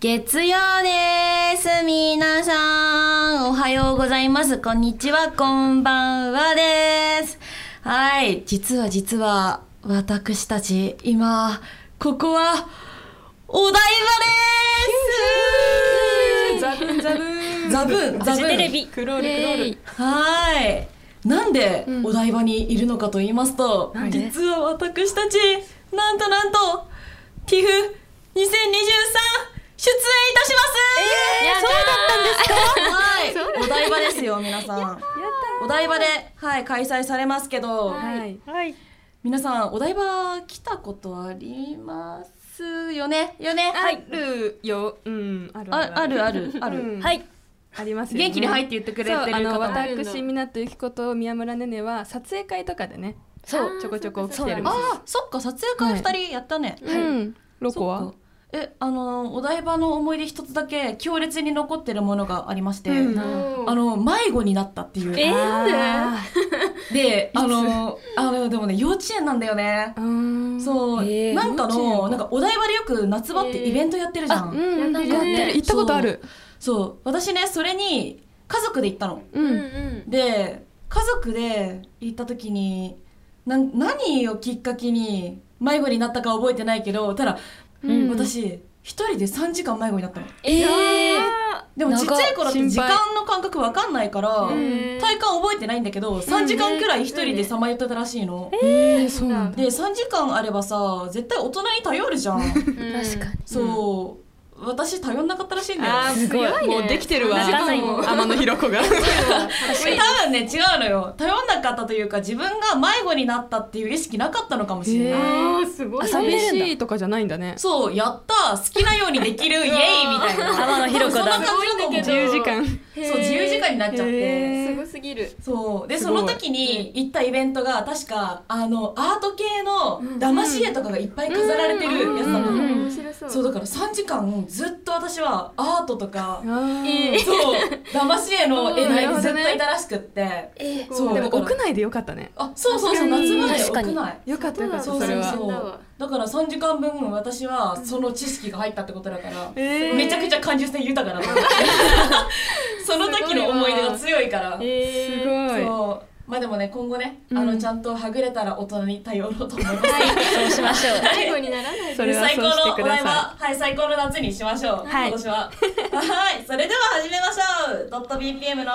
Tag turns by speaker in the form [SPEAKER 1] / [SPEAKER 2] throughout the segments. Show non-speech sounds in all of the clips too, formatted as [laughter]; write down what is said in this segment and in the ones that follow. [SPEAKER 1] 月曜です。皆さん、おはようございます。こんにちは、こんばんはです。はい、実は実は、私たち、今、ここは、お台場で
[SPEAKER 2] ブ [laughs] ン
[SPEAKER 1] す。ザ
[SPEAKER 2] ザブン
[SPEAKER 1] ブン、ザブン。
[SPEAKER 2] クロールクロール
[SPEAKER 1] はい。なんで
[SPEAKER 3] うん
[SPEAKER 1] お台場にいるのかと言いますと、
[SPEAKER 2] なんで
[SPEAKER 1] 実は私たち、なんとなんと、TIFF2023 出演いたします、
[SPEAKER 3] そうだ
[SPEAKER 1] はい。お台場ですよ、皆さん。お台場で、はい、開催されますけど、
[SPEAKER 3] はい。
[SPEAKER 2] はい
[SPEAKER 1] 皆さん、お台場来たことありますよねよね
[SPEAKER 3] あ
[SPEAKER 2] るようんある
[SPEAKER 1] ああるあるあ
[SPEAKER 2] う
[SPEAKER 1] る
[SPEAKER 2] ん。
[SPEAKER 1] はい。
[SPEAKER 3] ありますよね。
[SPEAKER 1] 元気に入
[SPEAKER 3] っ
[SPEAKER 1] って言ってく
[SPEAKER 3] て
[SPEAKER 1] れてる
[SPEAKER 3] そうあの
[SPEAKER 1] 方。
[SPEAKER 3] 私港ゆきこと宮村ねねは撮影会とかでね、
[SPEAKER 2] そう
[SPEAKER 3] ちょこちょこ来てるんです。
[SPEAKER 1] あ、そっか、撮影会二人やったね。
[SPEAKER 3] うん。ロコ
[SPEAKER 1] そ
[SPEAKER 3] は
[SPEAKER 1] っかえあのお台場の思い出一つだけ強烈に残ってるものがありまして、
[SPEAKER 2] うん
[SPEAKER 1] あの迷子になったっていう
[SPEAKER 4] え
[SPEAKER 3] あ
[SPEAKER 1] であのあのでもね幼稚園なんだよね
[SPEAKER 3] ーうん
[SPEAKER 1] そう、
[SPEAKER 2] えー
[SPEAKER 1] なんか
[SPEAKER 2] 幼稚園
[SPEAKER 1] の
[SPEAKER 2] か
[SPEAKER 1] なんかお台場でよく夏場ってイベントやってるじゃん、
[SPEAKER 3] うん。
[SPEAKER 4] や
[SPEAKER 3] や
[SPEAKER 4] っ
[SPEAKER 3] ってて
[SPEAKER 4] る
[SPEAKER 3] る
[SPEAKER 4] ね
[SPEAKER 3] 行ったことある。
[SPEAKER 1] そう私ねそれに家族で行ったの
[SPEAKER 3] う。
[SPEAKER 4] うんうんん
[SPEAKER 1] で家族で行った時になん何をきっかけに迷子になったか覚えてないけどただ、
[SPEAKER 3] うん
[SPEAKER 1] 私一人で3時間迷子になったの
[SPEAKER 2] え
[SPEAKER 1] でもちっちゃい頃って
[SPEAKER 3] 長っ
[SPEAKER 1] 時間の感覚わかんないから
[SPEAKER 4] うん
[SPEAKER 1] 体感覚えてないんだけど3時間くらい一人でさまよってたらしいの。
[SPEAKER 3] えーそうなんだ。
[SPEAKER 1] で3時間あればさ絶対大人に頼るじゃん。
[SPEAKER 4] 確
[SPEAKER 2] か
[SPEAKER 4] に
[SPEAKER 1] そう私頼んなかったらしいんだよ。
[SPEAKER 2] あーすごい
[SPEAKER 3] もうできてるわ。
[SPEAKER 2] 仲間も
[SPEAKER 3] 天野ひろ
[SPEAKER 1] [laughs]
[SPEAKER 3] 子が。
[SPEAKER 1] 多分ね違うのよ頼んなかったというか自分が迷子になったっていう意識なかったのかもしれない。
[SPEAKER 3] え
[SPEAKER 4] すご
[SPEAKER 3] ー。
[SPEAKER 4] い
[SPEAKER 3] 寂しいとかじゃないんだね。
[SPEAKER 1] そうやった好きなようにできるイエイみたいな。
[SPEAKER 2] 天野ひろ子だ
[SPEAKER 1] 多分そんな感じだと思う
[SPEAKER 4] すごいんだけど
[SPEAKER 3] 10時間。
[SPEAKER 1] そう自由時間になっちゃって。
[SPEAKER 3] へー
[SPEAKER 4] すごすぎる
[SPEAKER 1] そうですそ
[SPEAKER 3] ごい
[SPEAKER 1] の時に行ったイベントが確かあのアート系の騙し絵とかがいっぱい飾られてるやつなの、
[SPEAKER 3] うん
[SPEAKER 4] 面白そう
[SPEAKER 1] そうだから3時間ずっと私はアートとか、
[SPEAKER 3] あー
[SPEAKER 1] そう騙し絵の絵台にずっといたらしくって、
[SPEAKER 4] えー
[SPEAKER 1] そう
[SPEAKER 3] でも
[SPEAKER 1] だから
[SPEAKER 3] 屋内でよかったね。
[SPEAKER 1] あそうそうそう夏まで
[SPEAKER 2] 確かに
[SPEAKER 1] 屋内
[SPEAKER 3] よかったよかった
[SPEAKER 1] そう
[SPEAKER 3] そ
[SPEAKER 1] そ
[SPEAKER 3] れ
[SPEAKER 1] う
[SPEAKER 3] は。
[SPEAKER 1] そうだから3時間分私はその知識が入ったってことだから、
[SPEAKER 3] えー
[SPEAKER 1] めちゃくちゃ感受性豊かなの
[SPEAKER 3] [laughs]
[SPEAKER 1] その時の思い出が強いから、
[SPEAKER 3] すごい。
[SPEAKER 1] そうまあでもね今後ね、
[SPEAKER 3] うん
[SPEAKER 1] あのちゃんとはぐれたら大人に頼ろうと思います、
[SPEAKER 2] そうしましょう
[SPEAKER 4] 最後にならない
[SPEAKER 3] [laughs] それは
[SPEAKER 1] 最高
[SPEAKER 3] そうし
[SPEAKER 1] の
[SPEAKER 3] て
[SPEAKER 1] お
[SPEAKER 3] くだ
[SPEAKER 1] 題は
[SPEAKER 3] さ
[SPEAKER 1] はい最高の夏にしましょう、
[SPEAKER 2] はい
[SPEAKER 1] 今年ははいそれでは始めましょうドット BPM の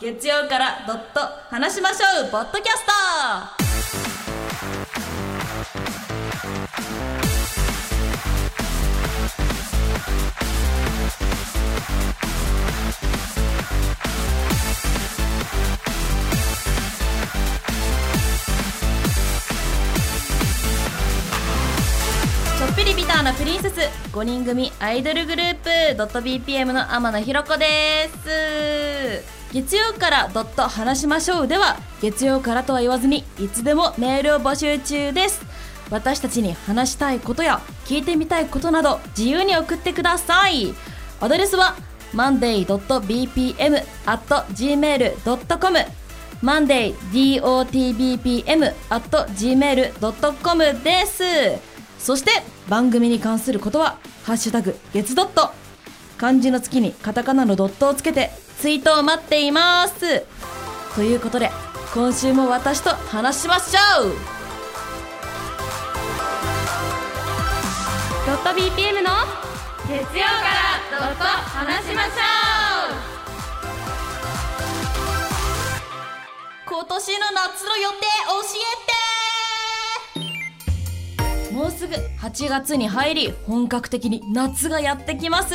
[SPEAKER 1] 月曜からドット話しましょうポッドキャストちょっぴりビターなプリンセス5人組アイドルグループドット BPM の天野ひろ子です月曜からドット話しましょうでは月曜からとは言わずにいつでもメールを募集中です私たちに話したいことや聞いてみたいことなど自由に送ってくださいアドレスは monday.bpm.gmail.com monday.dotbpm.gmail.com ですそして番組に関することは「ハッシュタグ月ドット」漢字の月にカタカナのドットをつけてツイートを待っていますということで今週も私と話しましょう
[SPEAKER 4] ドット BPM の月曜からドット話しましょ
[SPEAKER 1] 今年の夏の予定教えてもうすぐ8月に入り本格的に夏がやってきます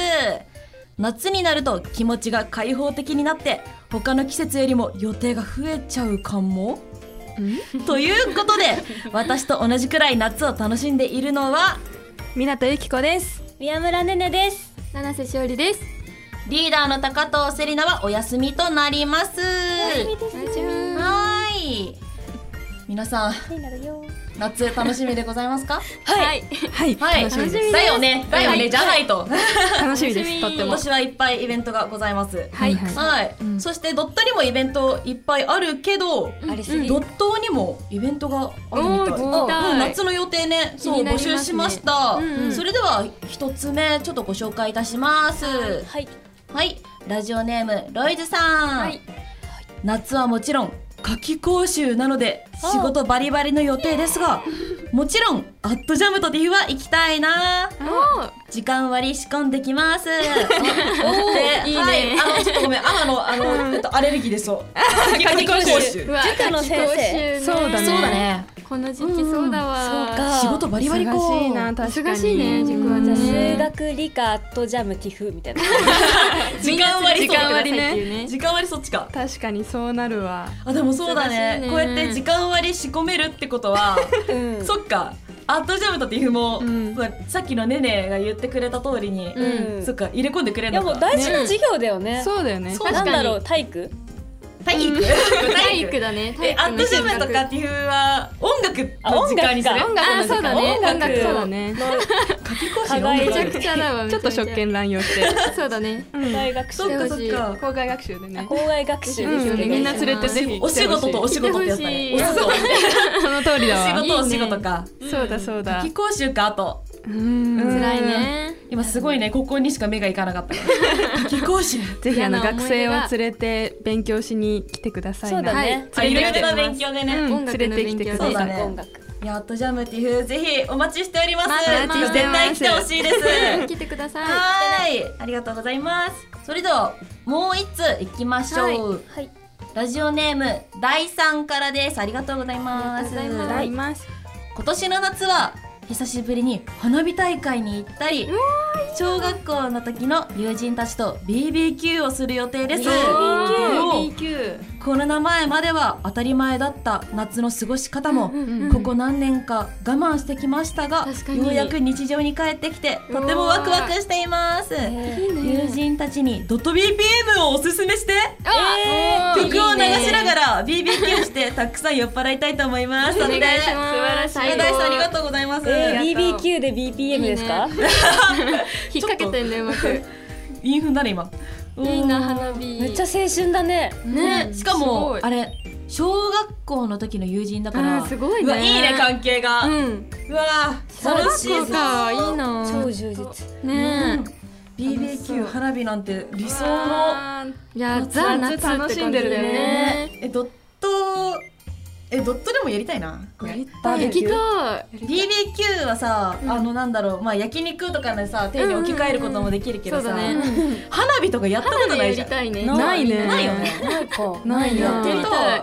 [SPEAKER 1] 夏になると気持ちが開放的になって他の季節よりも予定が増えちゃうかもということで私と同じくらい夏を楽しんでいるのは
[SPEAKER 3] 港由紀子です。
[SPEAKER 2] う宮村ねねです
[SPEAKER 4] う七瀬勝利です
[SPEAKER 1] リーダーの高藤セリナはお休みとなります
[SPEAKER 4] お願いします
[SPEAKER 1] はーい皆さん夏楽しみでございますか
[SPEAKER 2] はい
[SPEAKER 3] はい、
[SPEAKER 1] はい
[SPEAKER 3] 楽しみです
[SPEAKER 1] だよねだよ
[SPEAKER 3] は
[SPEAKER 1] ね
[SPEAKER 3] い
[SPEAKER 1] じゃないと
[SPEAKER 3] 楽しみですとっ
[SPEAKER 2] 楽しみ
[SPEAKER 3] て
[SPEAKER 1] 今
[SPEAKER 3] も
[SPEAKER 1] 年はいっぱいイベントがございます
[SPEAKER 3] はい
[SPEAKER 1] はい、
[SPEAKER 3] うん
[SPEAKER 1] そしてドットにもイベントいっぱいあるけど、
[SPEAKER 2] ありすぎ
[SPEAKER 1] ドットにもイベントがあるみたい
[SPEAKER 3] おー
[SPEAKER 1] あ
[SPEAKER 3] 聞き
[SPEAKER 2] たい
[SPEAKER 1] うん夏の予定ねそ
[SPEAKER 3] 気
[SPEAKER 1] う
[SPEAKER 3] にな
[SPEAKER 1] 募
[SPEAKER 3] りますね
[SPEAKER 1] 集しました、
[SPEAKER 2] うんうん
[SPEAKER 1] それでは一つ目ちょっとご紹介いたします
[SPEAKER 2] はい
[SPEAKER 1] はいラジオネームロイズさん、
[SPEAKER 2] はい
[SPEAKER 1] 夏はもちろん夏季講習なので仕事バリバリの予定ですがもちろんアットジャムとディフは行きたいな時間割り仕込んできます。で
[SPEAKER 2] いいね
[SPEAKER 1] はい、あのちょっとごめん、あのあの、えっとアレルギーでそう。夏季講習。
[SPEAKER 2] 塾の先生
[SPEAKER 3] そうだね
[SPEAKER 1] そうだね。
[SPEAKER 4] この時期そうだわ、
[SPEAKER 2] そうか
[SPEAKER 1] 仕事バリバリこう。
[SPEAKER 3] 忙しいな確かに
[SPEAKER 4] 忙しいね塾はじゃあ
[SPEAKER 2] 数学理科とジャムティフみたいな
[SPEAKER 1] 時間割り
[SPEAKER 4] 時間割り
[SPEAKER 1] そうだ
[SPEAKER 4] ね
[SPEAKER 1] 時間割りそっちか。
[SPEAKER 3] 確かにそうなるわ
[SPEAKER 1] あでもそうだね
[SPEAKER 4] 忙しいね
[SPEAKER 1] こうやって時間割り仕込めるってことは、
[SPEAKER 2] うん
[SPEAKER 1] そっか。アットジャムとディフも、
[SPEAKER 3] うん
[SPEAKER 1] まあさっきのねねが言ってくれた通りに、
[SPEAKER 2] うん
[SPEAKER 1] そっか入れ込んでくれ
[SPEAKER 2] い
[SPEAKER 1] る
[SPEAKER 2] や
[SPEAKER 1] の
[SPEAKER 2] も
[SPEAKER 1] か
[SPEAKER 2] う。大事な授業だよね
[SPEAKER 3] そうだよね
[SPEAKER 4] そう
[SPEAKER 2] なんだろう
[SPEAKER 4] 確
[SPEAKER 2] 体育
[SPEAKER 1] 体育。
[SPEAKER 4] 体育だね体
[SPEAKER 1] え
[SPEAKER 4] 育
[SPEAKER 1] アットジャムとか
[SPEAKER 4] あ
[SPEAKER 1] ディフは音楽
[SPEAKER 2] あ
[SPEAKER 1] の
[SPEAKER 2] 音
[SPEAKER 1] 時
[SPEAKER 2] 楽か
[SPEAKER 1] 間にする。
[SPEAKER 2] 音
[SPEAKER 4] ーそうだね
[SPEAKER 2] 音
[SPEAKER 4] 音
[SPEAKER 2] 楽
[SPEAKER 4] 楽
[SPEAKER 3] そう
[SPEAKER 4] そ
[SPEAKER 3] だ
[SPEAKER 4] う
[SPEAKER 3] ね
[SPEAKER 1] 夏季講習
[SPEAKER 2] 課
[SPEAKER 1] の音
[SPEAKER 2] 外
[SPEAKER 1] 楽
[SPEAKER 4] めち
[SPEAKER 1] だ
[SPEAKER 4] ゃ
[SPEAKER 1] ね
[SPEAKER 4] くちゃだわ
[SPEAKER 3] ちょっと職権乱用して
[SPEAKER 4] そうだね
[SPEAKER 2] 大学習
[SPEAKER 1] そっかそっか。
[SPEAKER 3] 校外学習でね
[SPEAKER 2] 校外学習
[SPEAKER 4] う
[SPEAKER 2] で
[SPEAKER 4] ん
[SPEAKER 2] すよね
[SPEAKER 3] みんな連れてぜひ
[SPEAKER 1] お仕事とお仕事ってやつだ
[SPEAKER 4] 来
[SPEAKER 1] ね。お
[SPEAKER 4] てほしい
[SPEAKER 1] 仕事。
[SPEAKER 3] [laughs] その通りだ
[SPEAKER 1] お
[SPEAKER 3] わ
[SPEAKER 1] 仕事お仕事か。
[SPEAKER 3] そうだそうだ
[SPEAKER 1] 夏季講習かあと。
[SPEAKER 3] うん
[SPEAKER 4] 辛いね
[SPEAKER 1] 今すごいねここにしか目がいかなかったから。夏季講習。
[SPEAKER 3] ぜひあの
[SPEAKER 4] 嫌な
[SPEAKER 3] 学
[SPEAKER 4] 思い出
[SPEAKER 3] 生を
[SPEAKER 4] が
[SPEAKER 3] 連れて勉強しに来てください
[SPEAKER 2] そうだ
[SPEAKER 3] な
[SPEAKER 2] ね
[SPEAKER 1] あいろいろな勉強でね。
[SPEAKER 3] うん
[SPEAKER 4] 音楽
[SPEAKER 3] 連
[SPEAKER 4] の
[SPEAKER 3] れてきてくだ
[SPEAKER 1] そ
[SPEAKER 3] さ
[SPEAKER 1] う
[SPEAKER 3] い
[SPEAKER 1] だね
[SPEAKER 2] 音楽
[SPEAKER 1] やっとジャムティフぜひお待ちしております。
[SPEAKER 4] 待ってます
[SPEAKER 1] 絶対来てほしいです。
[SPEAKER 4] 来てください
[SPEAKER 1] はいありがとうございます。それではもう一つ行きましょう。
[SPEAKER 2] はい
[SPEAKER 1] ラジオネーム第三からです。ありがとうございます。
[SPEAKER 4] ありがとうございます
[SPEAKER 3] あります
[SPEAKER 1] 今年の夏は久しぶりに花火大会に行ったり小学校の時の友人たちと BBQ をする予定です
[SPEAKER 4] BBQ
[SPEAKER 1] コロナ前までは当たり前だった夏の過ごし方も、
[SPEAKER 4] うん
[SPEAKER 1] ここ何年か我慢してきましたが
[SPEAKER 4] 確かに
[SPEAKER 1] ようやく日常に帰ってきてとてもワクワクしています友人たちにドット BPM をおすすめして
[SPEAKER 4] あ
[SPEAKER 1] 曲を流しなが
[SPEAKER 4] ら
[SPEAKER 1] ら BBQ してたくさん酔っ払いたいと思います
[SPEAKER 4] お願いします
[SPEAKER 1] 素晴らしいありがとうございます、
[SPEAKER 2] えー
[SPEAKER 3] りがとう
[SPEAKER 2] BBQ で BPM ですか
[SPEAKER 4] 引っ掛けてんねうまく
[SPEAKER 1] インフンだね今
[SPEAKER 4] いいな花火
[SPEAKER 2] めっちゃ青春だね
[SPEAKER 1] ね、
[SPEAKER 3] うん
[SPEAKER 1] しかも
[SPEAKER 3] すごい
[SPEAKER 1] あれ小学校の時の友人だから
[SPEAKER 3] あーすごいね
[SPEAKER 1] うわいいね関係が、う
[SPEAKER 4] うん
[SPEAKER 1] わー楽しい
[SPEAKER 4] そうかいいな
[SPEAKER 2] 超充実
[SPEAKER 1] う
[SPEAKER 4] ね
[SPEAKER 1] ん BBQ 花火なんて理想の
[SPEAKER 4] えいやザ夏って感
[SPEAKER 3] 楽
[SPEAKER 4] じ
[SPEAKER 3] しんでる
[SPEAKER 4] だ
[SPEAKER 3] よ
[SPEAKER 4] よ
[SPEAKER 3] ね
[SPEAKER 4] ね
[SPEAKER 1] えドットえドットでもやりたいなこれ
[SPEAKER 3] バーベ
[SPEAKER 4] 行
[SPEAKER 3] キ
[SPEAKER 4] き
[SPEAKER 3] ュー
[SPEAKER 4] たい
[SPEAKER 1] BBQ はさ、あのなんだろうまあ焼肉とかのさ手に置き換えることもできるけどさ、
[SPEAKER 4] うんうんうんそうだ
[SPEAKER 1] 花火とかやったことな
[SPEAKER 4] や
[SPEAKER 1] いじゃ
[SPEAKER 4] り
[SPEAKER 1] ん
[SPEAKER 4] たいね
[SPEAKER 3] ないね
[SPEAKER 1] ないよね
[SPEAKER 2] なんか
[SPEAKER 3] ない
[SPEAKER 1] やって
[SPEAKER 3] な
[SPEAKER 1] み
[SPEAKER 4] やり
[SPEAKER 1] た
[SPEAKER 4] た
[SPEAKER 1] い
[SPEAKER 4] い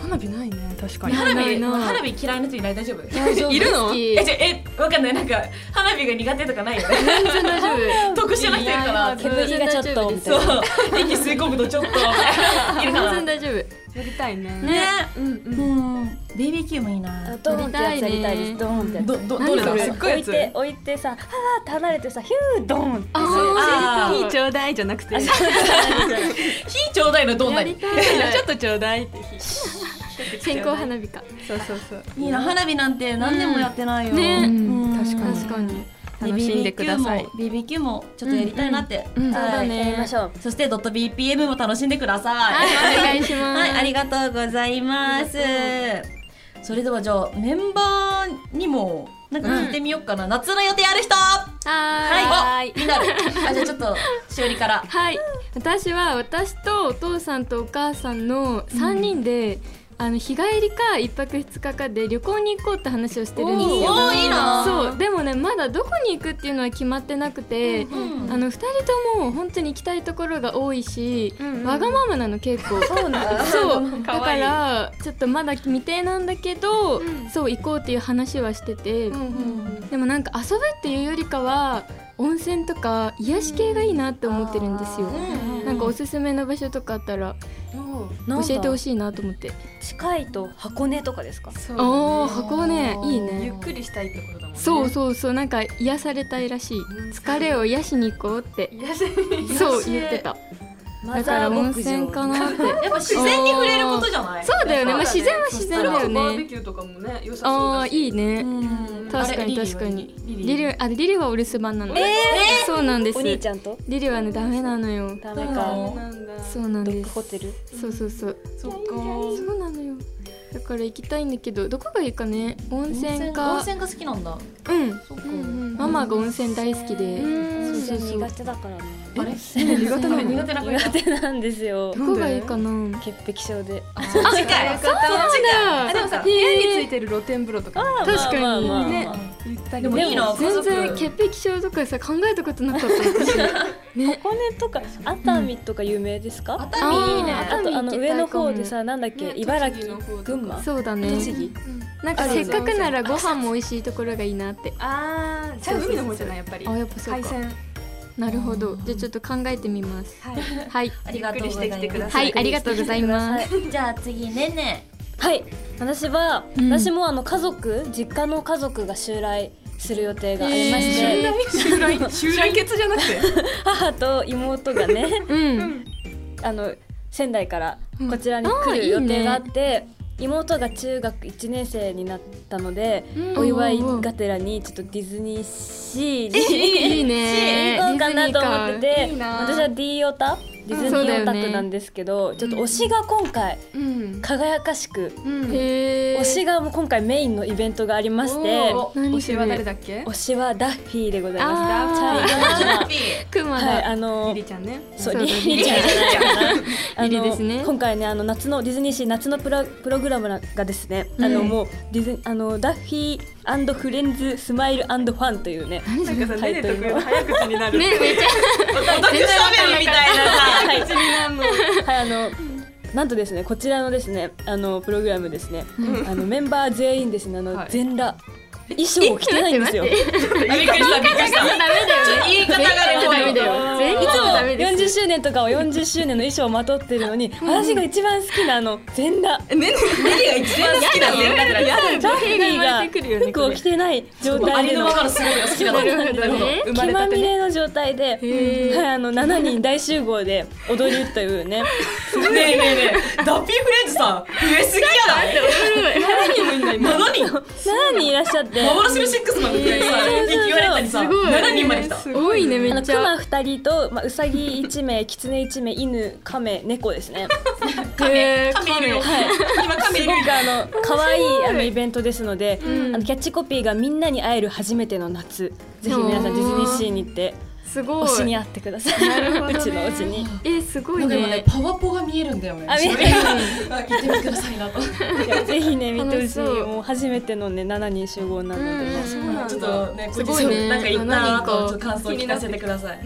[SPEAKER 3] 花火ないね確かに
[SPEAKER 1] 花
[SPEAKER 4] ない
[SPEAKER 1] 火
[SPEAKER 4] な
[SPEAKER 1] 花火嫌いな人いない大丈夫
[SPEAKER 2] 大丈夫
[SPEAKER 1] いる
[SPEAKER 4] 好
[SPEAKER 1] の
[SPEAKER 4] き
[SPEAKER 1] えじゃ [laughs] えわかんないなんか花火が苦手とかないよね
[SPEAKER 4] 全然大丈夫
[SPEAKER 1] 特殊な人いるから
[SPEAKER 4] いや
[SPEAKER 2] 煙がちょっとみたい
[SPEAKER 1] そ
[SPEAKER 2] な
[SPEAKER 1] う息吸い込むとちょっと
[SPEAKER 4] [laughs]
[SPEAKER 1] いるか
[SPEAKER 4] 全然
[SPEAKER 1] らね
[SPEAKER 4] 大丈夫
[SPEAKER 3] やりたいねうんう
[SPEAKER 1] うんん BBQ もいいな
[SPEAKER 2] ドーンってやつやりたいです。ドーンってやつ。
[SPEAKER 1] どどどれだ
[SPEAKER 4] 何それ [laughs]
[SPEAKER 1] すっごい
[SPEAKER 2] 置
[SPEAKER 1] や
[SPEAKER 2] い
[SPEAKER 1] つ
[SPEAKER 2] て置いてさ、はーって離れてさ、ヒュードーンって。
[SPEAKER 1] あー
[SPEAKER 3] 火ちょうだいじゃなくて
[SPEAKER 2] あ
[SPEAKER 3] ち
[SPEAKER 2] そ
[SPEAKER 3] ょ
[SPEAKER 2] う
[SPEAKER 1] 火ちょうだいのどんな
[SPEAKER 4] や
[SPEAKER 1] に
[SPEAKER 4] りたい
[SPEAKER 3] っとちょうだいって
[SPEAKER 4] 線香花火か
[SPEAKER 3] そうそうそう
[SPEAKER 1] いいな花火なんて何年もやってないよ
[SPEAKER 4] うんね
[SPEAKER 1] うん
[SPEAKER 3] 確かに
[SPEAKER 4] 確かに
[SPEAKER 3] 楽しんでください
[SPEAKER 1] BBQ も BBQ もちょっとやりたいなって
[SPEAKER 3] うんうんうん
[SPEAKER 1] はい
[SPEAKER 4] そうだね
[SPEAKER 2] やりましょう。
[SPEAKER 1] そしてドット BPM も楽しんでください
[SPEAKER 4] はいお願いします
[SPEAKER 1] はい、ありがとうございます。それではじゃあメンバーにもなんか聞いてみようかな。夏の予定ある人。は
[SPEAKER 4] はー
[SPEAKER 1] い。みんなで。あじゃあちょっとしおりから。
[SPEAKER 4] はい、私は私とお父さんとお母さんの3人で、あの日帰りか1泊2日かで旅行に行こうって話をしてるんですよ。
[SPEAKER 1] おーいいな
[SPEAKER 4] そうでもねまだどこに行くっていうのは決まってなくて、
[SPEAKER 1] うん
[SPEAKER 4] あの2人とも本当に行きたいところが多いし、
[SPEAKER 3] んうん
[SPEAKER 4] わがままなの結 [laughs] 構。
[SPEAKER 2] そう [laughs] なんだ。
[SPEAKER 4] そう
[SPEAKER 3] か
[SPEAKER 4] だ
[SPEAKER 3] わ
[SPEAKER 4] か
[SPEAKER 3] いい
[SPEAKER 4] らちょっとまだ未定なんだけど、そう行こうっていう話はしてて、でもなんか遊ぶっていうよりかは温泉とか癒し系がいいなって思ってるんですよ、なんかおすすめの場所とかあったら教えてほ
[SPEAKER 2] い。
[SPEAKER 4] しいなと思って
[SPEAKER 2] 近いと箱根とかですか。
[SPEAKER 3] そう
[SPEAKER 4] ああ箱根いいね
[SPEAKER 3] くりしたいってことだもん
[SPEAKER 4] そうそうそうなんか癒されたいらしい疲れを癒しに行こうって
[SPEAKER 3] 癒し
[SPEAKER 4] そう言ってた
[SPEAKER 2] マ
[SPEAKER 4] だ
[SPEAKER 2] ザ
[SPEAKER 4] から
[SPEAKER 2] ー
[SPEAKER 4] 温
[SPEAKER 2] 牧
[SPEAKER 4] 泉か
[SPEAKER 2] 場
[SPEAKER 4] なって
[SPEAKER 1] やっぱ自然に触れることじゃない
[SPEAKER 4] [laughs] そうだよね、まあ、
[SPEAKER 5] そうだね
[SPEAKER 4] 自然は自然だよ
[SPEAKER 5] バーベ
[SPEAKER 4] ね
[SPEAKER 5] キューとかもね良さそう
[SPEAKER 4] ああ
[SPEAKER 5] だし
[SPEAKER 4] いいね、
[SPEAKER 5] うん
[SPEAKER 4] 確
[SPEAKER 1] あ
[SPEAKER 4] か
[SPEAKER 1] れリリ
[SPEAKER 4] に
[SPEAKER 1] ーは
[SPEAKER 4] 確かに
[SPEAKER 1] リリー
[SPEAKER 4] リリーあリリーはお留守番なの、そうなんです
[SPEAKER 2] お兄ちゃんと
[SPEAKER 4] リリーはねダメなのよ
[SPEAKER 2] ダメ
[SPEAKER 1] う
[SPEAKER 2] か
[SPEAKER 1] ん
[SPEAKER 5] なんだ
[SPEAKER 4] そうなん
[SPEAKER 2] ドッ
[SPEAKER 4] で
[SPEAKER 2] グホ
[SPEAKER 4] す
[SPEAKER 2] テル
[SPEAKER 4] そうそうそう
[SPEAKER 5] そっか
[SPEAKER 4] そうなのよだから行きたいんだけどどこがいいかね温泉
[SPEAKER 1] 温
[SPEAKER 4] か
[SPEAKER 1] 泉が好きなんだ
[SPEAKER 4] うん
[SPEAKER 1] そうか
[SPEAKER 4] ママが温泉大好きで
[SPEAKER 2] 温
[SPEAKER 4] そうそう
[SPEAKER 2] 泉
[SPEAKER 4] そう
[SPEAKER 2] 苦手だからね
[SPEAKER 1] あれ
[SPEAKER 4] 苦手なの
[SPEAKER 1] 苦手な子いた
[SPEAKER 2] 苦手なんですよ
[SPEAKER 4] どこがいいかな
[SPEAKER 2] 潔癖症で
[SPEAKER 1] そっちかいそっちか
[SPEAKER 3] あ
[SPEAKER 1] い
[SPEAKER 3] でもさ部屋についてる露天風呂とか
[SPEAKER 4] 確かに
[SPEAKER 2] まあまあまあ
[SPEAKER 3] ね行ったり
[SPEAKER 1] でもいいな
[SPEAKER 4] 全
[SPEAKER 1] 家
[SPEAKER 4] 然
[SPEAKER 1] 族
[SPEAKER 4] 潔癖症とかさ考えたことなかった私ね
[SPEAKER 2] 箱根とか熱海とか有名ですか
[SPEAKER 1] 熱海いいね
[SPEAKER 4] あー
[SPEAKER 2] あとあの上の方でさなんだっけ
[SPEAKER 5] ね
[SPEAKER 2] 茨
[SPEAKER 5] 栃木の
[SPEAKER 2] 城
[SPEAKER 5] 方とか
[SPEAKER 2] 群
[SPEAKER 4] [laughs]
[SPEAKER 2] 馬
[SPEAKER 4] そうだね
[SPEAKER 2] 栃木
[SPEAKER 4] なんかせっかくならご飯も美味しいところがいいなって
[SPEAKER 3] あーじゃあ海の方じゃないやっぱり
[SPEAKER 4] あやっぱそう
[SPEAKER 3] 海
[SPEAKER 4] か
[SPEAKER 3] 鮮
[SPEAKER 4] なるほどじゃあちょっと考えてみます
[SPEAKER 3] [laughs] はい
[SPEAKER 4] はい
[SPEAKER 1] ありがとうござ
[SPEAKER 3] ゆっくりしてきて
[SPEAKER 1] い
[SPEAKER 3] く
[SPEAKER 1] ま
[SPEAKER 3] だ
[SPEAKER 1] す
[SPEAKER 4] はいありがとうございます
[SPEAKER 1] じゃあ次ねんね
[SPEAKER 2] はい私は、
[SPEAKER 4] うん
[SPEAKER 2] 私もあの家族実家の家族が襲来する予定がありまして、
[SPEAKER 4] へ
[SPEAKER 3] 襲来襲来血じゃなくて
[SPEAKER 2] 母と妹がね
[SPEAKER 4] うん
[SPEAKER 2] あの仙台から
[SPEAKER 4] うん
[SPEAKER 2] こちらに
[SPEAKER 4] あー
[SPEAKER 2] 来る
[SPEAKER 4] いい
[SPEAKER 2] 予
[SPEAKER 4] ね
[SPEAKER 2] 定があって、妹が中学1年生になったので、
[SPEAKER 4] うん
[SPEAKER 2] お祝いがてらにちょっとディズニーシーに
[SPEAKER 4] いいね
[SPEAKER 2] 行こうかなと思ってて
[SPEAKER 3] いいな
[SPEAKER 2] 私は D オタディズニ
[SPEAKER 4] そうだよ
[SPEAKER 2] ーオ
[SPEAKER 4] ね
[SPEAKER 2] タクなんですけど、ちょっと推しが今回
[SPEAKER 3] うん
[SPEAKER 2] 輝かしく、
[SPEAKER 3] うん
[SPEAKER 4] へえ
[SPEAKER 2] 推しがもう今回メインのイベントがありまして
[SPEAKER 3] おー
[SPEAKER 4] 何
[SPEAKER 3] 推
[SPEAKER 4] そ
[SPEAKER 3] し
[SPEAKER 4] れ
[SPEAKER 3] は誰だっけ
[SPEAKER 2] 推しはダッフィーでございます
[SPEAKER 4] あ
[SPEAKER 2] 茶色の花
[SPEAKER 4] ークマ
[SPEAKER 2] はい、
[SPEAKER 4] だ
[SPEAKER 2] あの
[SPEAKER 3] リリちゃんね
[SPEAKER 2] そ
[SPEAKER 4] そ
[SPEAKER 2] う
[SPEAKER 4] うだ
[SPEAKER 2] リ
[SPEAKER 4] ね
[SPEAKER 2] リちゃんじゃないか
[SPEAKER 4] [laughs]
[SPEAKER 2] な
[SPEAKER 4] リリですね
[SPEAKER 2] あの今回ねあの夏のディズニーシー夏のプラプログラムがですね、あのもうディズニあのダッフィーフレンズスマイルファンというね
[SPEAKER 4] 何そ
[SPEAKER 3] な
[SPEAKER 4] れ
[SPEAKER 3] ん
[SPEAKER 4] ね
[SPEAKER 3] かさ
[SPEAKER 2] タイ
[SPEAKER 3] ネ
[SPEAKER 2] ト
[SPEAKER 3] ネ
[SPEAKER 2] ル
[SPEAKER 3] とくん早口になる
[SPEAKER 4] めっちゃ
[SPEAKER 1] 全然わかんないみたいなさ
[SPEAKER 2] はい、
[SPEAKER 3] 口になるの
[SPEAKER 2] はい、あのなんとですねこちらのですねあのプログラムですね、あのメンバー全員ですねあの、
[SPEAKER 3] はい
[SPEAKER 2] 全裸衣装を着てないんですよ。
[SPEAKER 1] びっくりしたびっくりした
[SPEAKER 4] ダメだよね
[SPEAKER 1] 言い方が怖い
[SPEAKER 4] 全員ダメだよ全員
[SPEAKER 2] いつも
[SPEAKER 4] ダメです
[SPEAKER 2] 40周年とかを40周年の衣装をまとってるのに私が一番好きなあの全裸
[SPEAKER 3] ネネネネが一番好きだね
[SPEAKER 2] ダッフィー
[SPEAKER 4] が生ま
[SPEAKER 2] が
[SPEAKER 4] れてくるよね
[SPEAKER 2] 服を着てない状
[SPEAKER 1] あ
[SPEAKER 2] 態
[SPEAKER 1] り
[SPEAKER 2] で
[SPEAKER 1] の
[SPEAKER 2] の
[SPEAKER 1] ままのすごい好きだな
[SPEAKER 4] なるほどね
[SPEAKER 3] 生ま
[SPEAKER 2] 気
[SPEAKER 3] れ
[SPEAKER 2] ま
[SPEAKER 3] たて
[SPEAKER 2] み
[SPEAKER 3] ね
[SPEAKER 2] れの状態で、
[SPEAKER 4] へー
[SPEAKER 2] はい、あの7人大集合で踊るとい
[SPEAKER 4] [laughs]
[SPEAKER 2] う
[SPEAKER 1] ね
[SPEAKER 2] ね
[SPEAKER 1] えねえねえダッピーフレンズさん増えすぎやな7人もいない7人
[SPEAKER 2] 7人いらっしゃって
[SPEAKER 1] 幻のシックスマンみたいにさ言われたりさ
[SPEAKER 4] すごい
[SPEAKER 1] 7人まで来た
[SPEAKER 4] 多いねめ
[SPEAKER 2] あの
[SPEAKER 4] っち
[SPEAKER 2] ク
[SPEAKER 4] ゃ
[SPEAKER 2] マ2人と、まあ、ウサギ1名キツネ1名犬カメ猫で
[SPEAKER 4] [laughs]
[SPEAKER 2] すね
[SPEAKER 4] カメ
[SPEAKER 1] カメいるよ今カメいる
[SPEAKER 2] すご
[SPEAKER 1] よ
[SPEAKER 2] くあの可愛いあのイベントですので、あのキャッチコピーが「みんなに会える初めての夏」ぜひ皆さんディズニーシーに行って
[SPEAKER 4] すごい
[SPEAKER 2] 推しに会ってくださ
[SPEAKER 4] なるほど
[SPEAKER 2] い、
[SPEAKER 4] ね
[SPEAKER 2] うちの推しに。
[SPEAKER 4] えすご
[SPEAKER 1] ないんか今ね
[SPEAKER 4] ね
[SPEAKER 1] パワポが見えるんだよね
[SPEAKER 2] あ見える
[SPEAKER 1] それが行ってみてくださいなと
[SPEAKER 2] いやぜひね見てほ
[SPEAKER 4] 楽し
[SPEAKER 2] しい
[SPEAKER 4] そう
[SPEAKER 2] もう初めてのね7人集合なのでね、
[SPEAKER 4] うん
[SPEAKER 1] ちょっとね
[SPEAKER 4] すごいね
[SPEAKER 1] なんか行ったなとちょっと感想聞かせてください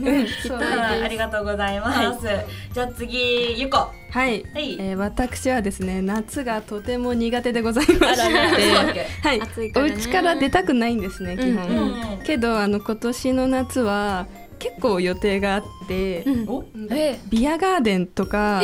[SPEAKER 3] そ
[SPEAKER 1] [laughs]
[SPEAKER 3] う
[SPEAKER 1] はいありがとうございますじゃあ次ゆこは
[SPEAKER 3] はい、
[SPEAKER 1] い
[SPEAKER 3] えー私はですね夏がとても苦手でございま [laughs] し、
[SPEAKER 1] あらそうだってけ
[SPEAKER 3] はい
[SPEAKER 4] 暑いか
[SPEAKER 3] お
[SPEAKER 4] らね
[SPEAKER 3] 家から出たくないんですね基本、
[SPEAKER 4] うん
[SPEAKER 1] うん
[SPEAKER 3] けどあの今年の夏は結構予定があって、
[SPEAKER 4] うん
[SPEAKER 1] お
[SPEAKER 2] え
[SPEAKER 3] ビアガーデンとか、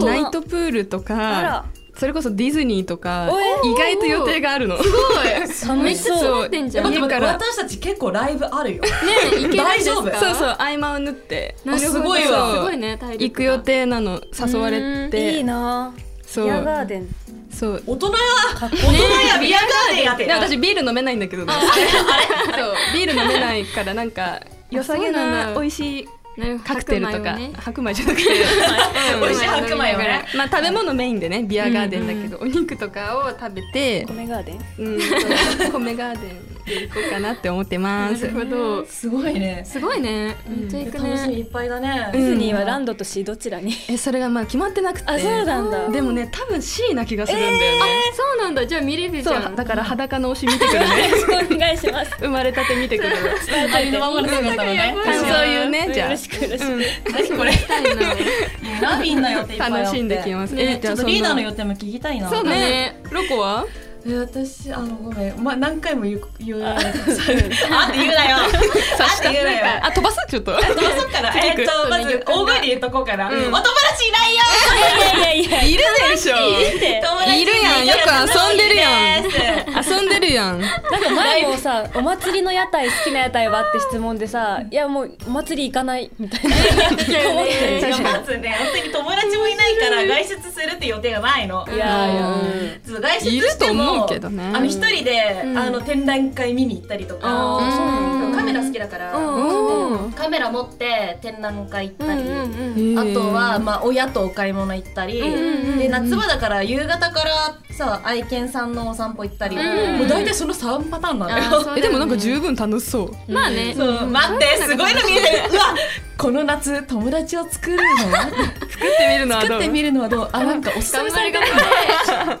[SPEAKER 3] ナイトプールと
[SPEAKER 2] あ
[SPEAKER 3] からそれこそディズニーとか
[SPEAKER 2] お
[SPEAKER 3] 意外と予定があるの。
[SPEAKER 4] めっちゃ詰まってんじゃん
[SPEAKER 1] 待
[SPEAKER 4] ね
[SPEAKER 1] って待って
[SPEAKER 3] 家から
[SPEAKER 1] 私たち結構ライブあるよ
[SPEAKER 4] いけるんですか
[SPEAKER 1] 大丈夫
[SPEAKER 3] そうそう合間を縫って
[SPEAKER 4] なるほど
[SPEAKER 1] すごいわ
[SPEAKER 4] すごいね体力が
[SPEAKER 3] 行く予定なの誘われ
[SPEAKER 2] い
[SPEAKER 3] て
[SPEAKER 2] いな
[SPEAKER 3] そ
[SPEAKER 2] ビアガー
[SPEAKER 3] う
[SPEAKER 2] デン
[SPEAKER 3] そう
[SPEAKER 1] 大人や大人やビアガーデンやって
[SPEAKER 3] で私ビール飲めないんだけどね [laughs] そうビール飲めないからなんか良さげ
[SPEAKER 4] そうなん
[SPEAKER 3] な
[SPEAKER 4] だ
[SPEAKER 3] 美味しい
[SPEAKER 4] なるほど
[SPEAKER 3] カクテルとか
[SPEAKER 4] 白米をね
[SPEAKER 3] 白米じゃなくて
[SPEAKER 1] 美味しい白米をね
[SPEAKER 4] 飲みながら
[SPEAKER 3] まあ食べ物メインでねビアガーデンだけどお肉とかを食べて
[SPEAKER 2] 米ガーデン
[SPEAKER 3] うんそう米ガーデンで行こうかなって思ってます
[SPEAKER 4] なるほど
[SPEAKER 1] すごいね
[SPEAKER 4] すごいねめっちゃ行く
[SPEAKER 1] 楽しみ
[SPEAKER 4] ね
[SPEAKER 1] いっぱいだね
[SPEAKER 2] ディズニーはランドとシーどちらに [laughs]
[SPEAKER 3] えそれがまあ決まってなくて
[SPEAKER 2] あそうなんだ
[SPEAKER 3] でもね多分 C な気がするんだよね
[SPEAKER 4] そうなんだじゃあ見れるじ
[SPEAKER 3] そ
[SPEAKER 4] ゃ
[SPEAKER 3] うんだから裸の推し見てく [laughs] るね
[SPEAKER 2] お願いします
[SPEAKER 3] 生まれたて見てくる
[SPEAKER 1] ありのままの姿のね
[SPEAKER 3] 感想言うねじ
[SPEAKER 2] よ
[SPEAKER 3] ゃ
[SPEAKER 2] ろしくよろしく、
[SPEAKER 1] 何これ
[SPEAKER 4] 行きたいな
[SPEAKER 1] ラビンの予定いっぱいあって
[SPEAKER 3] 楽しんできます
[SPEAKER 1] ね
[SPEAKER 3] えじ
[SPEAKER 1] ちょ
[SPEAKER 3] ゃあ
[SPEAKER 1] っと
[SPEAKER 3] そんな
[SPEAKER 1] リーダーの予定も聞きたいな
[SPEAKER 3] あそう
[SPEAKER 4] ね
[SPEAKER 3] ねロコは
[SPEAKER 1] え私あのごめん、ま、何回も言う言
[SPEAKER 3] [laughs]
[SPEAKER 1] うあって言うなよあって言うなよ
[SPEAKER 3] あ飛ばすちょっと
[SPEAKER 1] えっとそっからえっとまず大声で言っとこうかな、お友達いないよ
[SPEAKER 2] いやいやいや
[SPEAKER 3] [laughs] いるでしょ
[SPEAKER 1] 友達
[SPEAKER 3] いるやんよく遊んでるやん [laughs] 遊んでるやん
[SPEAKER 2] なんか前もさお祭りの屋台好きな屋台はって質問でさいやもうお祭り行かないみたいな思って
[SPEAKER 1] んまずね本当に友達もいないから外出するって予定がないの
[SPEAKER 2] [laughs] いやいや
[SPEAKER 1] ちょっと外出
[SPEAKER 3] いる
[SPEAKER 1] し
[SPEAKER 3] と
[SPEAKER 1] ても
[SPEAKER 3] 思うけどね
[SPEAKER 1] あの一人で、あの展覧会見に行ったりとか、
[SPEAKER 3] あーそうなんだ
[SPEAKER 1] カメラ好きだから、
[SPEAKER 3] うん
[SPEAKER 1] カメラ持って展覧会行ったり、
[SPEAKER 3] へ
[SPEAKER 1] あ
[SPEAKER 3] ー
[SPEAKER 1] とは、まあ、親とお買い物行ったり、で夏場だから夕方からさ愛犬さんのお散歩行ったり、もう大体その3パターンなのよ。
[SPEAKER 3] えでもなんか十分楽しそう
[SPEAKER 4] まあ
[SPEAKER 1] [laughs]
[SPEAKER 4] ね
[SPEAKER 1] そう待ってすごいの見 [laughs] えてるうわこの夏友達を作るの
[SPEAKER 3] 作ってみるのはど
[SPEAKER 1] 作
[SPEAKER 3] う
[SPEAKER 1] ってみるのはどうあなんかおすすめされてる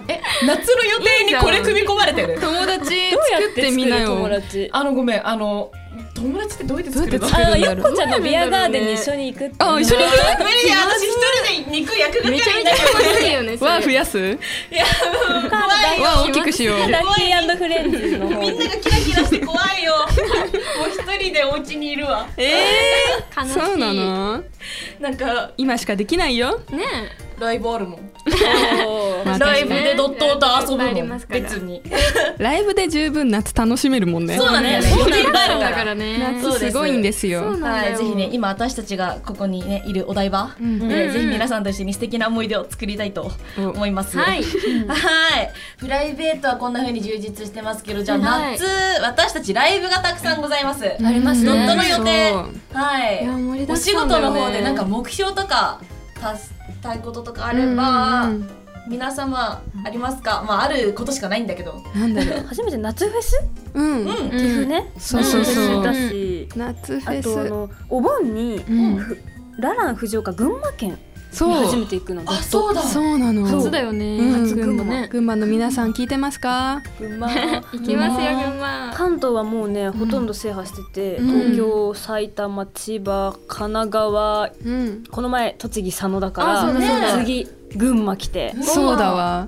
[SPEAKER 1] え夏の予定にこれ組み込まれてる
[SPEAKER 3] 友達
[SPEAKER 2] どうや
[SPEAKER 3] 作
[SPEAKER 2] っ
[SPEAKER 3] ってて
[SPEAKER 2] み
[SPEAKER 3] み
[SPEAKER 2] な
[SPEAKER 3] な
[SPEAKER 2] よ
[SPEAKER 3] よ
[SPEAKER 2] 友達
[SPEAKER 1] あのごめんあの友達ってどうやって作るの
[SPEAKER 3] どうやって作る
[SPEAKER 2] あ
[SPEAKER 3] の
[SPEAKER 2] ゆっこちゃんのビアガーデンに一緒に行くっていうのは
[SPEAKER 3] あ一緒に行く
[SPEAKER 1] 無理だ私一人で肉焼くだけ
[SPEAKER 4] めちゃめ
[SPEAKER 1] み
[SPEAKER 4] ちゃ
[SPEAKER 1] たい
[SPEAKER 4] 楽しいよねそれ
[SPEAKER 3] わ増やす
[SPEAKER 1] な怖いよ
[SPEAKER 3] わ大きくしよう
[SPEAKER 2] ダッキーフレンズの方
[SPEAKER 1] みんながキラキラして怖い [laughs] よもう一人でお家にいるわ
[SPEAKER 3] ええ
[SPEAKER 4] 楽しい
[SPEAKER 3] そうなの
[SPEAKER 1] なんか
[SPEAKER 3] 今しかできないよ
[SPEAKER 4] ね
[SPEAKER 1] ライブあるも [laughs] ん
[SPEAKER 3] まあ
[SPEAKER 1] ライブでドットと遊
[SPEAKER 4] いっぱいあ
[SPEAKER 1] ぶ
[SPEAKER 4] り
[SPEAKER 1] もん
[SPEAKER 4] ますから
[SPEAKER 1] 別に
[SPEAKER 3] ライブで十分夏楽しめるもんね
[SPEAKER 1] そうなんだよね
[SPEAKER 4] そう
[SPEAKER 1] いっぱいある
[SPEAKER 4] だ
[SPEAKER 1] か
[SPEAKER 4] かららね
[SPEAKER 3] 夏すごいんですよ
[SPEAKER 1] はい、ぜひね今私たちがここにねいるお台場、でぜひ皆さんと一緒に素敵な思い出を作りたいと思います。
[SPEAKER 4] は
[SPEAKER 1] は
[SPEAKER 4] い
[SPEAKER 1] いプライベートはこんな風に充実してますけどじゃあ
[SPEAKER 4] はい
[SPEAKER 1] 夏、私たちライブがたくさんございます。
[SPEAKER 4] あります
[SPEAKER 1] ドットの
[SPEAKER 4] ね
[SPEAKER 1] 予定
[SPEAKER 3] そう
[SPEAKER 1] はい
[SPEAKER 4] いや盛り
[SPEAKER 1] お
[SPEAKER 4] だく
[SPEAKER 1] 仕
[SPEAKER 4] さんだ
[SPEAKER 1] 事の
[SPEAKER 4] よね
[SPEAKER 1] 方でなんか目標とか達したいこととかあれば、
[SPEAKER 3] うんうんうん
[SPEAKER 1] 皆様ありますか、まああることしかないんだけど
[SPEAKER 3] なんだろう
[SPEAKER 2] 初めて夏フェス
[SPEAKER 3] うん
[SPEAKER 1] うん
[SPEAKER 2] 岐阜ね
[SPEAKER 3] そうそうそ
[SPEAKER 2] 夏フェスだ
[SPEAKER 3] う
[SPEAKER 2] し
[SPEAKER 3] 夏フ
[SPEAKER 2] あ
[SPEAKER 3] ェ
[SPEAKER 2] とあ
[SPEAKER 3] ス
[SPEAKER 2] のお盆に
[SPEAKER 3] うん
[SPEAKER 2] ふララン藤岡群馬県に
[SPEAKER 3] そ
[SPEAKER 2] 初め
[SPEAKER 3] う
[SPEAKER 2] て行くの
[SPEAKER 1] あそうだ
[SPEAKER 3] そうなの
[SPEAKER 4] 初だよね
[SPEAKER 3] うん
[SPEAKER 4] 初群馬ね
[SPEAKER 3] 群馬の皆さん聞いてますか
[SPEAKER 2] 群馬
[SPEAKER 4] 行きますよ群馬
[SPEAKER 2] 関東はもうねほとんど制覇してて、
[SPEAKER 3] うん
[SPEAKER 2] 東京埼玉千葉神奈川
[SPEAKER 3] うん
[SPEAKER 2] この前栃木佐野だか
[SPEAKER 4] あそうだそう
[SPEAKER 2] ら
[SPEAKER 1] だ
[SPEAKER 2] 次群馬来て
[SPEAKER 3] そうだわ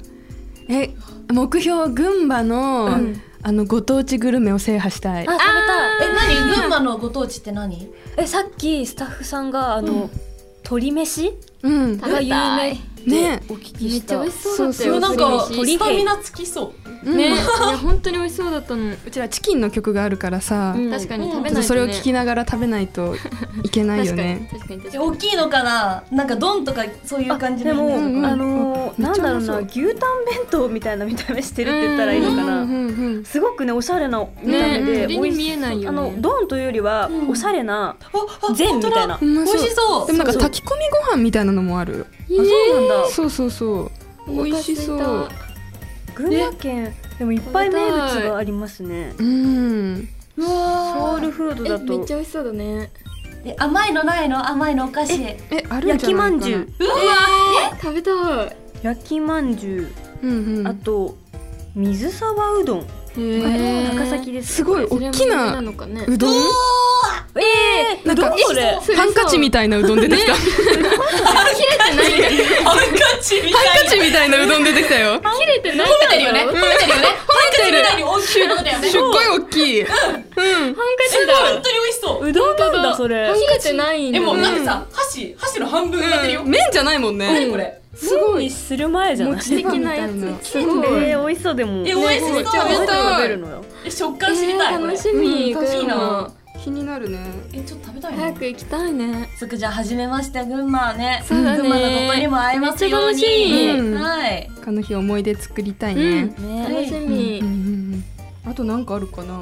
[SPEAKER 3] え目標群馬の、あのご当地グルメを制覇したい
[SPEAKER 2] あ食べたい
[SPEAKER 1] え何群馬のご当地って何
[SPEAKER 2] えさっきスタッフさんがあの、鶏飯
[SPEAKER 3] うん
[SPEAKER 2] が有名っ
[SPEAKER 3] ね
[SPEAKER 2] てお聞き
[SPEAKER 4] めっ
[SPEAKER 2] し
[SPEAKER 4] ちゃ
[SPEAKER 2] た、
[SPEAKER 4] 美味しそうだった
[SPEAKER 1] そう
[SPEAKER 4] よ
[SPEAKER 1] なんか
[SPEAKER 4] 鳥
[SPEAKER 1] スタミナつきそう
[SPEAKER 3] うん
[SPEAKER 4] ねいや本当に美味しそうだったの
[SPEAKER 3] うちらチキンの曲があるからさ、
[SPEAKER 2] うん
[SPEAKER 4] 確かに食べ
[SPEAKER 3] ちょ
[SPEAKER 4] な
[SPEAKER 3] っと
[SPEAKER 4] い
[SPEAKER 3] そ
[SPEAKER 4] と
[SPEAKER 3] れを
[SPEAKER 4] ね
[SPEAKER 3] 聞きながら食べないといけないよね。
[SPEAKER 4] 確かに確かに確か
[SPEAKER 1] 大
[SPEAKER 4] に
[SPEAKER 1] きいのかななんか丼とかそういう感じ
[SPEAKER 2] で
[SPEAKER 1] のイメー
[SPEAKER 2] も、
[SPEAKER 1] ジ
[SPEAKER 3] んうん
[SPEAKER 2] あのー
[SPEAKER 3] め
[SPEAKER 2] な
[SPEAKER 3] っ
[SPEAKER 2] ん
[SPEAKER 3] ちゃ
[SPEAKER 2] だ
[SPEAKER 3] うま
[SPEAKER 2] ろう
[SPEAKER 3] そう
[SPEAKER 2] な牛タン弁当みたいな見た目してるって言ったらいいのかな、
[SPEAKER 3] うんうん
[SPEAKER 2] すごくねおしゃれな見た目で、
[SPEAKER 4] ね
[SPEAKER 2] 美味し
[SPEAKER 4] 鳥に見えないよ
[SPEAKER 2] あ
[SPEAKER 4] ね
[SPEAKER 2] のドンというよりは、おしゃれな
[SPEAKER 1] 全
[SPEAKER 2] 全みたいな
[SPEAKER 3] う
[SPEAKER 2] あ
[SPEAKER 3] ん。
[SPEAKER 1] 美
[SPEAKER 3] 美
[SPEAKER 1] 味しそう
[SPEAKER 3] でもなんか炊き込みご飯みたいなのもある。
[SPEAKER 2] そうなんだ
[SPEAKER 3] そうそうそう。美味しそう。
[SPEAKER 2] 群馬県でもいっぱい名物がありますね
[SPEAKER 3] うん。
[SPEAKER 2] ソウルフード
[SPEAKER 4] え
[SPEAKER 2] だ
[SPEAKER 4] めっ
[SPEAKER 2] と
[SPEAKER 4] ちゃ美味しそうだね
[SPEAKER 1] え甘いのないの甘いのお菓子え
[SPEAKER 3] えあるん
[SPEAKER 2] 焼
[SPEAKER 3] じゃ
[SPEAKER 2] きま
[SPEAKER 3] ないかな。
[SPEAKER 2] んじゅう
[SPEAKER 1] うわ
[SPEAKER 4] 食べたい
[SPEAKER 2] 焼きまんじゅ
[SPEAKER 3] うんう。
[SPEAKER 2] うんあと水沢うどん
[SPEAKER 4] へー
[SPEAKER 2] 高崎です
[SPEAKER 3] すごい大き
[SPEAKER 4] な
[SPEAKER 3] な
[SPEAKER 4] のかね
[SPEAKER 3] うどん。
[SPEAKER 2] ええ
[SPEAKER 3] なんか
[SPEAKER 2] それ
[SPEAKER 3] ハンカチみたいなうどん出てきた。ハ
[SPEAKER 1] ハンカチみたい
[SPEAKER 3] ンカチみたいなうどん出てきたよ。
[SPEAKER 4] 切れてない
[SPEAKER 1] 褒めてるよね褒めてるよねハンカチみたいに大きいのだよね
[SPEAKER 3] すっごい大きい。うん。
[SPEAKER 1] えもう本当に美味しそう
[SPEAKER 2] うどんなんだそれ
[SPEAKER 4] 切れてないんだ
[SPEAKER 1] えもう
[SPEAKER 4] ね
[SPEAKER 1] なんかさ箸箸の半分になってるよ
[SPEAKER 3] うん麺じゃないもん
[SPEAKER 1] 何こ
[SPEAKER 3] ね。
[SPEAKER 1] れ
[SPEAKER 2] すごいする前じゃない
[SPEAKER 4] 素敵なやつすごい
[SPEAKER 2] えー、美味しそうでも
[SPEAKER 1] え美味しそう
[SPEAKER 2] めっちゃ美味しそう食べるのよ
[SPEAKER 1] え食感知りたい
[SPEAKER 4] えー
[SPEAKER 1] これ
[SPEAKER 4] 楽しみ
[SPEAKER 3] うん
[SPEAKER 1] いいな。
[SPEAKER 3] 気になるね。
[SPEAKER 1] えちょっと食べたい
[SPEAKER 4] 早
[SPEAKER 1] な
[SPEAKER 4] く行きたいね
[SPEAKER 1] そっかじゃあ初めまして群馬ね
[SPEAKER 4] そうだね
[SPEAKER 1] 群馬のことにも会えますように
[SPEAKER 4] めっち
[SPEAKER 3] ゃ楽しい
[SPEAKER 1] はい
[SPEAKER 3] この日思い出作りたいね。
[SPEAKER 4] うん
[SPEAKER 2] ね
[SPEAKER 4] 楽し
[SPEAKER 3] うんう
[SPEAKER 4] み
[SPEAKER 3] んうんあとなんかあるかな。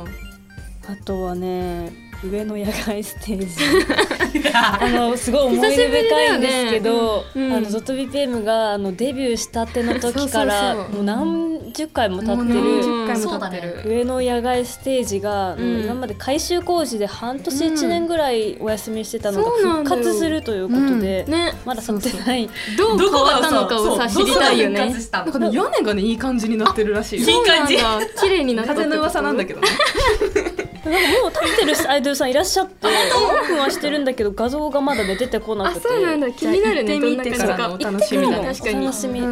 [SPEAKER 2] あとはね上野野外ステージ
[SPEAKER 4] [laughs]
[SPEAKER 2] あのすごい思い出深いんですけど、
[SPEAKER 4] 久しぶりだよねうん
[SPEAKER 2] あのドット BPM があのデビューしたての時から
[SPEAKER 3] そうそうそう
[SPEAKER 2] もう何十回も経って
[SPEAKER 3] もう
[SPEAKER 2] る
[SPEAKER 3] 何十回
[SPEAKER 1] そ
[SPEAKER 3] も
[SPEAKER 1] う
[SPEAKER 3] 経
[SPEAKER 1] だ
[SPEAKER 3] って
[SPEAKER 1] ね
[SPEAKER 3] る。
[SPEAKER 2] 上野野外ステージが、
[SPEAKER 4] ん
[SPEAKER 2] 今まで改修工事で半年
[SPEAKER 3] うん
[SPEAKER 2] 1年ぐらいお休みしてたのが
[SPEAKER 4] そうなん
[SPEAKER 2] 復
[SPEAKER 4] だよ
[SPEAKER 2] 活するということで、
[SPEAKER 4] ね
[SPEAKER 2] まだ去ってない
[SPEAKER 4] どう変わったのかをさ
[SPEAKER 1] そう
[SPEAKER 4] 知りたいよ
[SPEAKER 1] どこ
[SPEAKER 4] ね
[SPEAKER 1] が復活した
[SPEAKER 3] なん
[SPEAKER 1] の
[SPEAKER 3] かね屋根がねいい感じになってるらしい
[SPEAKER 1] い
[SPEAKER 3] よ。
[SPEAKER 1] い感じ
[SPEAKER 4] そうなんだ綺麗になった
[SPEAKER 3] 風の噂なんだ
[SPEAKER 4] け
[SPEAKER 3] けどね。
[SPEAKER 2] でもう立ってるアイドルさんいらっしゃ
[SPEAKER 4] [laughs]
[SPEAKER 2] ってオープンはしてるんだけど画像がまだね出てこな
[SPEAKER 4] あ
[SPEAKER 2] くて
[SPEAKER 4] そうなんだ気になるねどんな
[SPEAKER 3] じゃあ行ってみてから
[SPEAKER 4] 感
[SPEAKER 3] の
[SPEAKER 4] じか
[SPEAKER 3] お楽しみだ
[SPEAKER 2] ね
[SPEAKER 3] ね
[SPEAKER 4] 確かに
[SPEAKER 2] お楽しみで、
[SPEAKER 3] み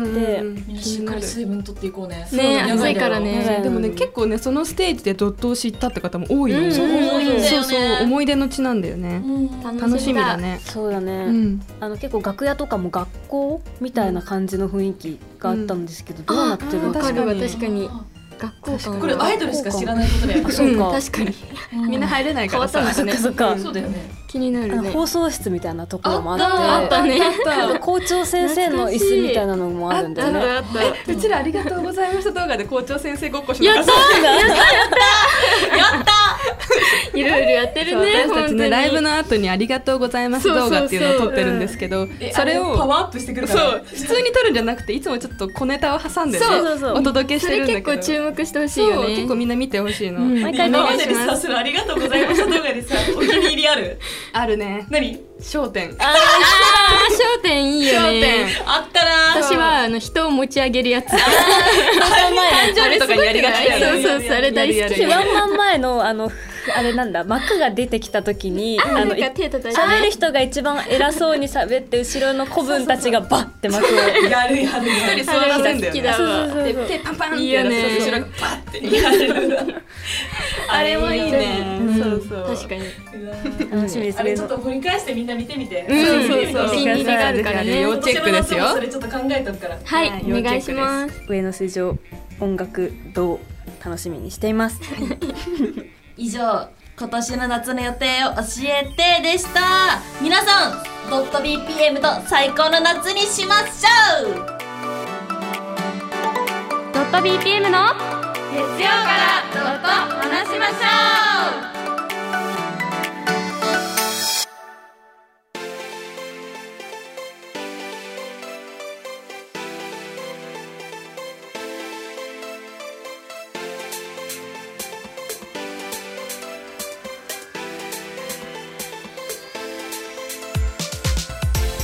[SPEAKER 5] みんなしっかり水分取っていこうね
[SPEAKER 4] ね
[SPEAKER 5] そう
[SPEAKER 4] 暑いから
[SPEAKER 5] やば
[SPEAKER 2] ね
[SPEAKER 4] ね
[SPEAKER 3] でもね結構ねそのステージでドットを知ったって方も多いよ、
[SPEAKER 4] うん
[SPEAKER 3] そう
[SPEAKER 5] 多いんだよね
[SPEAKER 3] そうそう思い出の地なんだよね、楽しみだね
[SPEAKER 2] そうだね、
[SPEAKER 3] うん
[SPEAKER 2] あの結構楽屋とかも学校みたいな感じの雰囲気があったんですけど、どうなってるの
[SPEAKER 4] わ
[SPEAKER 2] か
[SPEAKER 4] かるわ
[SPEAKER 3] 確かに
[SPEAKER 4] 確かに学校感
[SPEAKER 5] これアイドルしか知らないことだよね
[SPEAKER 2] あそうか、
[SPEAKER 4] 確かに
[SPEAKER 3] みんな入れないからさ
[SPEAKER 4] 変わった
[SPEAKER 2] そ
[SPEAKER 4] ん
[SPEAKER 2] っ
[SPEAKER 4] だ
[SPEAKER 2] か [laughs] そっか、
[SPEAKER 5] そうだよね
[SPEAKER 4] 気にな
[SPEAKER 2] あ
[SPEAKER 4] る
[SPEAKER 2] の
[SPEAKER 4] ね
[SPEAKER 2] 放送室みたいなところもあって
[SPEAKER 4] あったね
[SPEAKER 2] あと校長先生の椅子みたいなのもあるんだよね
[SPEAKER 4] あったあった
[SPEAKER 3] うちらありがとうございました動画で校長先生ごっこし
[SPEAKER 4] やった
[SPEAKER 2] あ
[SPEAKER 4] いろいろやってるね
[SPEAKER 3] 私たち
[SPEAKER 4] 本当
[SPEAKER 3] ね
[SPEAKER 4] に
[SPEAKER 3] ライブの後に「ありがとうございます」動画っていうのを撮ってるんですけど
[SPEAKER 5] え
[SPEAKER 3] それ
[SPEAKER 5] あのパ
[SPEAKER 3] を
[SPEAKER 5] ワーアップしてくるか
[SPEAKER 3] そ
[SPEAKER 5] ら
[SPEAKER 3] う普通に撮るんじゃなくていつもちょっと小ネタを挟んでね
[SPEAKER 4] そう
[SPEAKER 2] そうそう
[SPEAKER 3] お届けし
[SPEAKER 4] そ
[SPEAKER 3] てる
[SPEAKER 4] れ
[SPEAKER 3] んだけ
[SPEAKER 4] 結
[SPEAKER 3] ど
[SPEAKER 4] 構注目してほしい
[SPEAKER 3] そ
[SPEAKER 4] よ
[SPEAKER 3] う
[SPEAKER 4] ね
[SPEAKER 3] 結構みんな見てほしいの、
[SPEAKER 4] うん
[SPEAKER 2] 毎回お
[SPEAKER 5] 今
[SPEAKER 2] 願
[SPEAKER 5] ま
[SPEAKER 2] い
[SPEAKER 5] で
[SPEAKER 2] し
[SPEAKER 5] に
[SPEAKER 2] ま
[SPEAKER 5] さ
[SPEAKER 2] す
[SPEAKER 5] そのありがとうございました動画でさお気に入りある
[SPEAKER 3] あるね
[SPEAKER 5] 何
[SPEAKER 3] 『笑点』
[SPEAKER 4] あー焦点いいよね
[SPEAKER 5] あったな
[SPEAKER 4] 私はあの人を持ち上げるやつあ
[SPEAKER 3] 誕生日とかにやりがちだよね
[SPEAKER 4] そうそうそうあれ大好き
[SPEAKER 2] 私ワンマン前のあのあれなんだ幕が出てきた時にあの
[SPEAKER 4] 手叩いて
[SPEAKER 2] 喋る人が一番偉そうに喋って後ろの子分たちがバッて幕を
[SPEAKER 5] やるやる
[SPEAKER 3] 一人座らせんだよね
[SPEAKER 4] だわ
[SPEAKER 3] で手パンパンって
[SPEAKER 4] いいよ
[SPEAKER 3] やら
[SPEAKER 4] ね
[SPEAKER 3] せて後ろがパッてやるあれもいいねそうそう
[SPEAKER 4] 確かに
[SPEAKER 2] 楽しみです
[SPEAKER 5] あ
[SPEAKER 2] ね
[SPEAKER 5] れちょっと掘り返してみんな見てみて
[SPEAKER 4] うん
[SPEAKER 3] そうそう
[SPEAKER 4] お気に入りがあるからね
[SPEAKER 3] 要チェックですよ
[SPEAKER 5] 今年の夏もそれちょっと考えとくから
[SPEAKER 4] はいお願いします
[SPEAKER 2] 上の水上音楽堂楽しみにしています
[SPEAKER 1] 以上今年の夏の予定を教えてでした皆さんドット BPM と最高の夏にしましょう
[SPEAKER 4] ドット
[SPEAKER 1] 月曜
[SPEAKER 4] BPM の
[SPEAKER 1] からドット話しましょう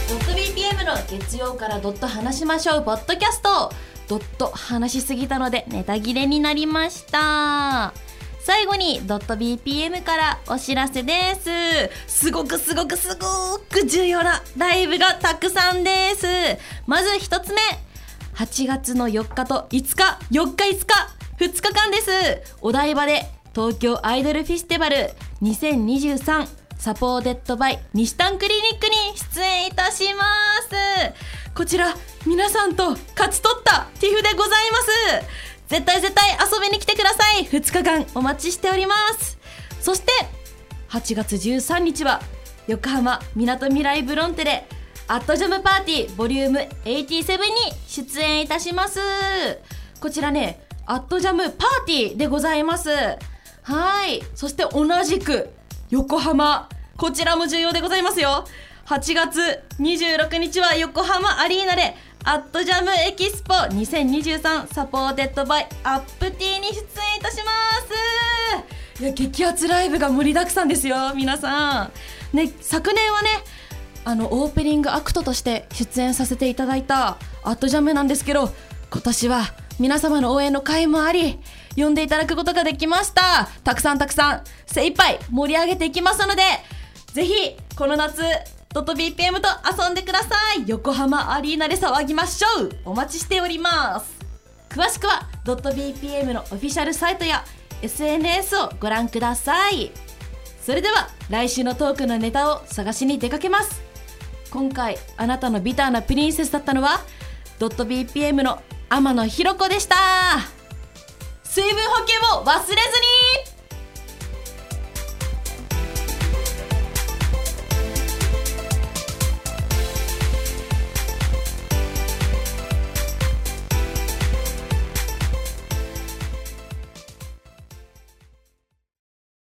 [SPEAKER 1] ドット BPM の月曜からドット話しましょうポッドキャストドット話しすぎたのでネタ切れになりました最後にドット BPM からお知らせですすごくすごくすごく重要なライブがたくさんですまず一つ目8月の4日と5日4日5日2日間ですお台場で東京アイドルフェスティバル2023サポーテッドバイ西丹クリニックに出演いたしますこちら皆さんと勝ち取ったティフでございます絶対絶対遊びに来てください2日間お待ちしておりますそして8月13日は横浜みなとみらいブロンテでアットジャムパーティーボリューム87に出演いたしますこちらねアットジャムパーティーでございますはいそして同じく横浜こちらも重要でございますよ8月26日は横浜アリーナでアットジャムエキスポ2023サポーテッドバイアップティーに出演いたしますいや激アツライブが盛りだくさんですよ皆さんね昨年はねあのオープニングアクトとして出演させていただいた「アットジャムなんですけど今年は皆様の応援の会もあり呼んでいただくことができましたたくさんたくさん精一杯盛り上げていきますのでぜひこの夏ドット BPM と遊んでください横浜アリーナで騒ぎましょうお待ちしております詳しくはドット BPM のオフィシャルサイトや SNS をご覧くださいそれでは来週のトークのネタを探しに出かけます今回あなたのビターなプリンセスだったのはドット BPM の天野ひろ子でした水分補給も忘れずに